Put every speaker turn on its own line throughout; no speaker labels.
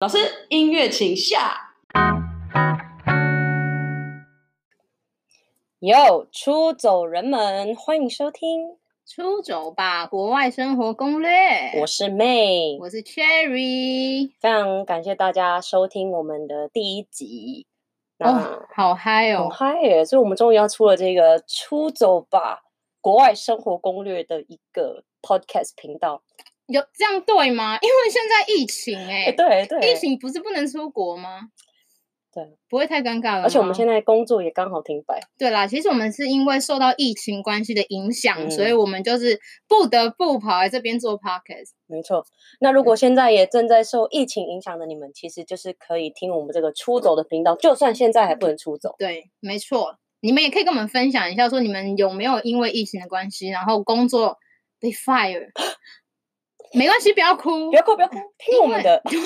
老师，音乐请下。
哟，出走人们，欢迎收听，
出走吧，国外生活攻略。
我是 May，
我是 Cherry，
非常感谢大家收听我们的第一集。那
哦，好嗨
很
哦！
嗨耶！所以我们终于要出了这个“出走吧，国外生活攻略”的一个 podcast 频道。
有这样对吗？ 因为现在疫情哎、
哎，对对，
疫情不是不能出国吗？
对，
不会太尴尬了吗。
而且我们现在工作也刚好停摆，
对啦，其实我们是因为受到疫情关系的影响，所以
嗯
我们就是不得不跑来这边做 podcast。
没错。那如果现在也正在受疫情影响的你们，其实就是可以听我们这个“出走”的频道，就算现在还不能出走，
对，没错，你们也可以跟我们分享一下，说你们有没有因为疫情的关系，然后工作被 fire？没关系，不要哭，
不要哭，不要哭，听我们的。
对，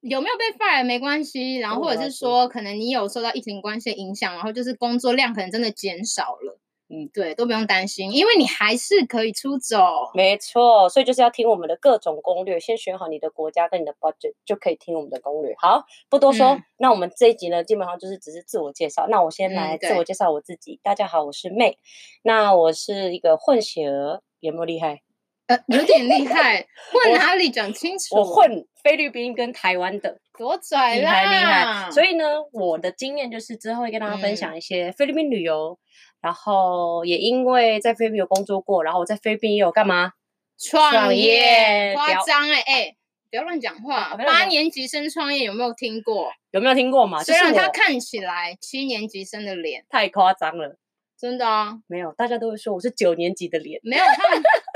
有没有被 fire 没关系，然后
没
或者
关
是
系
说，可能你有受到疫情关系的影响，然后就是工作量可能真的减少了，
嗯，
对，都不用担心，因为你还是可以出走。
没错，所以就是要听我们的各种攻略，先选好你的国家跟你的 budget，就可以听我们的攻略。好，不多说，
嗯
那我们这一集呢，基本上就是只是自我介绍。那我先
嗯
来自
对
我介绍我自己，大家好，我是 May，那我是一个混血儿，有没有厉害？
呃，有点厉 害，
我
混哪里讲清楚？
我混菲律宾跟台湾的，
多拽
厉
啦！
害厉害。所
以
以呢，我的经验就是之后会跟大家分
嗯
享一些菲律宾旅游，然后也因为在菲律宾有工作过，然后我在菲律宾也有干嘛？创
创
业
业
不
夸
要啊
张哎哎。不要乱讲话！
不要乱
八
讲
年级生创业有没有听过？
有没有听过嘛？
虽
就是
然他
我
看起来七年级生的脸，
太夸张了。
真的啊，
没有，大家都会说我是九年级的脸。
没有他们，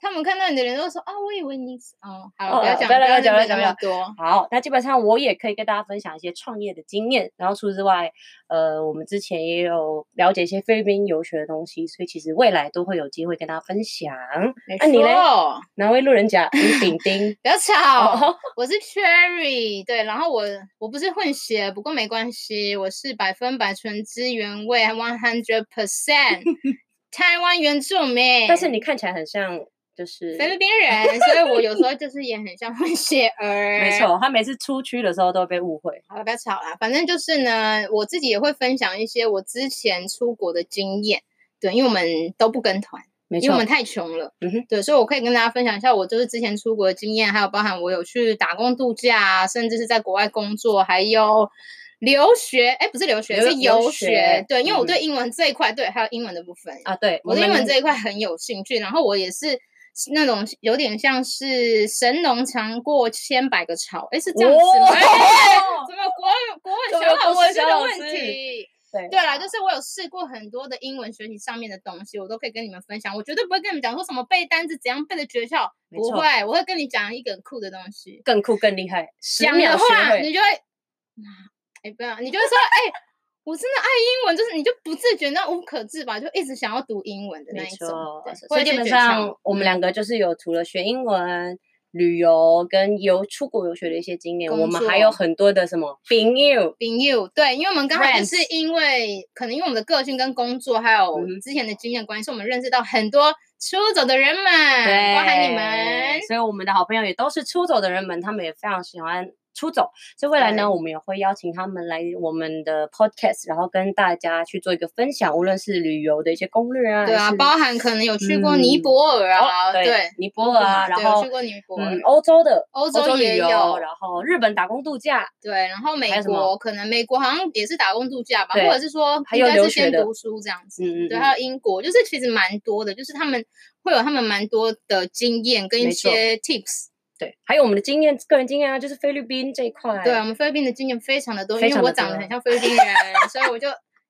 他们看到你的人都说啊，我以为你是哦，好了，不
哦
要讲，
不要
要
讲
讲
不要讲
那么多，
好，那基本上我也可以跟大家分享一些创业的经验。然后除此之外，呃，我们之前也有了解一些菲律宾游学的东西，所以其实未来都会有机会跟大家分享。
没
啊你嘞
错
哪位路人甲？ 李顶丁
不要吵，
哦，
我是 Cherry，对，然后我我不是混血，不过没关系，我是百分百纯汁原味，one hundred percent 台湾原住民，
但是你看起来很像，就是
菲律宾人，所以我有时候就是也很像混血儿，
没。错，他每次出去的时候都会被误会。
好了，不要吵啦。反正就是呢，我自己也会分享一些我之前出国的经验。对，因为我们都不跟团，
没
因为
错
我们，太穷了。
嗯哼，
对，所以我可以跟大家分享一下我就是之前出国的经验，还有包含我有去打工度假啊，甚至是在国外工作，还有留学。哎，不是留学，
留
是
游
游
学
学。对，因为我对
嗯
英文这一块，对，还有英文的部分，
啊，对，
我对英
们
文这一块很有兴趣。然后我也是。那种有点像是神农尝过千百个草，哎，是这样子吗？
哦
哎 怎么国文国
怎
文
么
小老
国文
师
小
的
老
问
师
题？
对
对啦，就是我有试过很多的英文学习上面的东西，我都可以跟你们分享。我绝对不会跟你们讲说什么背单词怎样背的诀窍，
没
不
错
会，我会跟你讲一个很酷的东西。
更酷更厉害，十
讲
秒
的
学
话，
会
你就会，哎，不要，你就会说，哎，我真的爱英文，就是你就不自觉那无可自拔，就一直想要读英文的那
没
一种
错。
对
所
会有
以基
一
本
些诀窍
上我们
嗯
两个就是有除了学英文、旅游跟游出国游学的一些经验，我
工
们还有
作
很多的什么朋友。
朋友，对，因为我们刚好就是
Friends
因为可能因为我们的个性跟工作还有
嗯哼
之前的经验关系，我们认识到很多出走的人们，
对，
嗯包含你们，
所以我们的好朋友也都是出走的人们，他们也非常喜欢出走。所以未来呢，
对
我们也会邀请他们来我们的 podcast，然后跟大家去做一个分享，无论是旅游的一些攻略啊，
对啊，
还是
包含可能有去过尼
嗯
泊尔啊，
哦对
对，
尼泊尔啊，然
对有
后
去过尼泊尔
嗯，欧洲的
欧洲
旅
也
游，
有
然后日本打工度假，
对，然后
还
美
有什么
国可能美国好像也是打工度假吧，
对
或者是说
还
应
有
该
留
是
学
先
的
读书这样子，
嗯嗯
对，
嗯
还有英国，就是其实蛮多的，就是他们会有他们蛮多的经验跟
没
一
错
些 tips。
对，还有我们的经验，个人经验啊，就是菲律宾这一块，
对，我啊们菲律宾的经验非常的多，
非
因为
常
我
地
长得
多
很像菲律宾人，所以 我就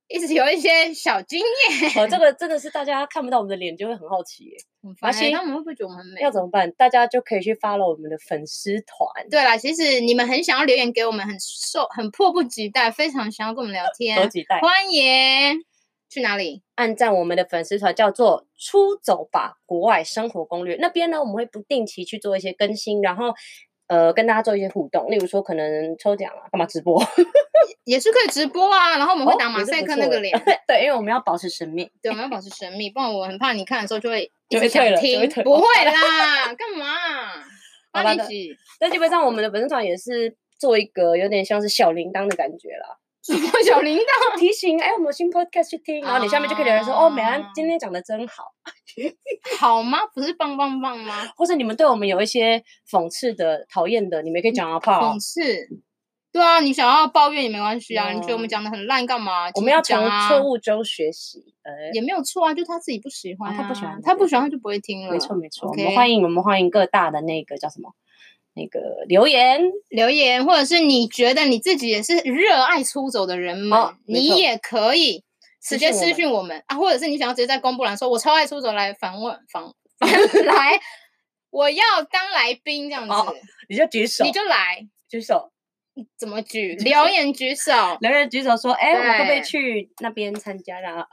一直有一些小经验。
哦，这个真的是大家看不到我们的脸就会很好奇耶，
很
而
烦欸
且
他们会不会觉得我们很美
要？怎么办？大家就可以去 follow 我们的粉丝团，
对啦，其实你们很想要留言给我们，很受很迫不及待，非常想要跟我们聊
多
天，
几代，
欢迎去哪里？
按赞我们的粉丝团叫做“出走吧国外生活攻略”，那边呢我们会不定期去做一些更新，然后。呃，跟大家做一些互动，例如说可能抽奖啊，干嘛直播？
也是可以直播啊，然后我们会
哦
打
也
马
是
赛
不
克
错
那个
耶
脸，
对，因为我们要保持神秘。
对，我们要保持神秘，不然我很怕你看的时候就会一
就会
直想
退了就会
听
退，了
不会啦，干嘛？
好
那
吧
你
的
几
但基本上我们的粉丝团也是做一个有点像是小铃铛的感觉啦，
小铃铛？啊
提醒哎，我们有新 podcast 去听，然后你下面就可以留言说、哦，美安今天讲的真好，
好吗？不是棒棒棒吗？
或者你们对我们有一些讽刺的、讨厌的，你们也可以讲啊，泡
讽。刺。对啊，你想要抱怨也没关系啊，你觉得我们
嗯
讲的很烂干嘛？
我
请
们要从
讲啊
错误中学习，哎、
也没有错啊，就他自己不喜欢、
啊
啊
他不喜欢
他
对
不喜欢他就不会听了。
没错没错，我们
嗯 OK
欢迎我们欢迎各大的那个叫什么那个留言，
留言，或者是你觉得你自己也是热爱出走的人们，
哦没
你
错
也可以
私
直接
讯我
私
们
讯我们啊，或者是你想要直接在公布栏说“我超爱出走”来访问 访 来，我要当来宾这样子，
哦你就举手，
你就来，
举手，
怎么举？
就是
留言举 手，
留言举手说，哎、我可不可以
对
去那边参加啦？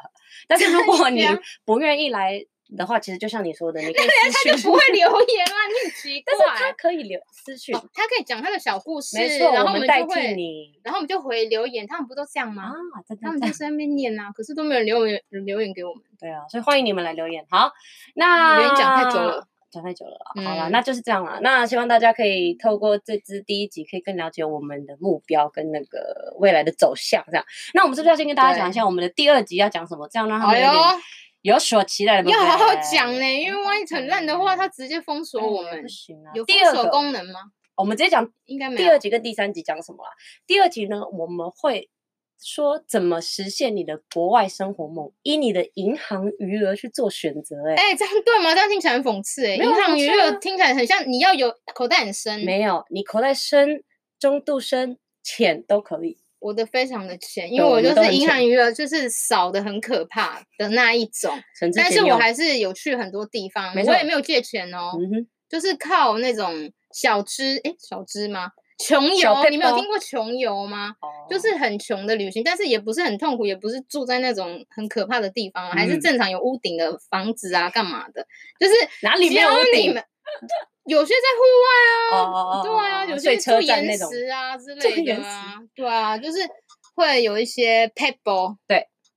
但是如果你
加
不愿意来的话，其实就像你说的，你可以
他就
私
不
讯，
会留言啦，你很奇怪
但。是他可以留私讯，
哦他可以讲他的小故事，
没错，
然后
我们
就
代替
会，
你
然后我们就回留言，他们不都这样吗？
啊，真
他
的
们就在那边念啊，可是都没有人留言留言给我们。
对啊，所以欢迎你们来留言。好，那
留言讲太久了，
讲太久了啊。好了，
嗯
那就是这样了。那希望大家可以透过这支第一集，可以更了解我们的目标跟那个未来的走向。这样，那我们是不是要先跟大家讲一下我们的第二集要讲什么？这样让他们
哎
啊有
呦
点，有所期待的。对不
要好好
对
讲呢、因为万一很烂的话，他直接封锁我
哎
们
不。行啊。
有封
第二
锁
个，
功能吗？
我们直接讲
应该没
第二
有。
集跟第三集讲什么啦？第二集呢，我们会说怎么实现你的国外生活梦，以你的银行余额去做选择、哎、
哎、这样对吗？这样听起来很讽刺哎、
没有
银
啊
行
是
余
啊
额听起来很像你要有口袋很深，
没有，你口袋深、中度深、浅都可以。
我的非常的浅，因为
对我
我
们
就
都
是
很
银
浅
行余额就是少的很可怕的那一种。
陈志
但
全
是我
用
还是有去很多地方，
没
我
错
也没有借钱哦，
嗯哼，
就是靠那种小资，哎、小资吗？穷
小
游，你们有
撇步
听过穷游吗？
哦
就是很穷的旅行，但是也不是很痛苦，也不是住在那种很可怕的地方啊，还是
嗯
正常有屋顶的房子啊，干嘛的？就是
哪里
只
没有
要
屋
你
顶
们有些在户外啊，
哦
对啊，有
睡
些
车
住
站
岩
那种，
石啊之
住
类的
岩
啊，对啊，就是会有一些 pebble，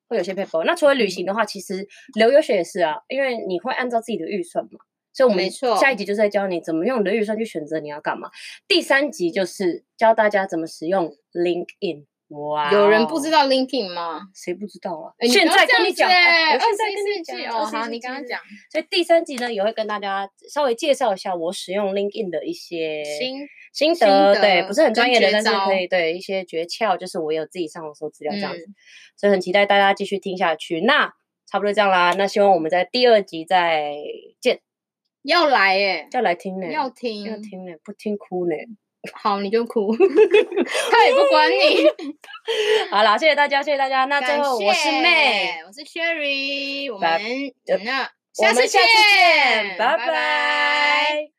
会有些 paper。那除了旅行的话，其实留游学也是啊，因为你会按照自己的预算嘛。所以我们
没错
下一集就是在教你怎么用你的预算去选择你要干嘛。第三集就是教大家怎么使用 LinkedIn。哇、
有人不知
道，
道 linking 吗？
谁不知道啊？
诶
现
不要
在
这
跟
样
你讲，
子
哎
欸
我
二
现
十
在跟
一世纪
你讲，啊
哦，
21
好，你
世
刚刚
纪
讲
所以第三集呢，也会跟大家稍微介绍一下我使用 LinkedIn 的一些
新
心
心
得，对，
得
不是很
跟
专业的，
绝
但是可
招
以对一些诀窍，就是我有自己上网搜资料这样子，
嗯，
所以很期待大家继续听下去。那差不多这样啦，那希望我们在第二集再见，
要来哎，
要来听呢，
要
要
听，
听呢，不听哭呢。
好你就哭， 他也不管你。
好啦，谢谢大家，谢谢大家。那最
感
后我是
谢
妹，，
我是 Sherry，我
拜
们
呃
那
我们
次
下次见，
拜
拜拜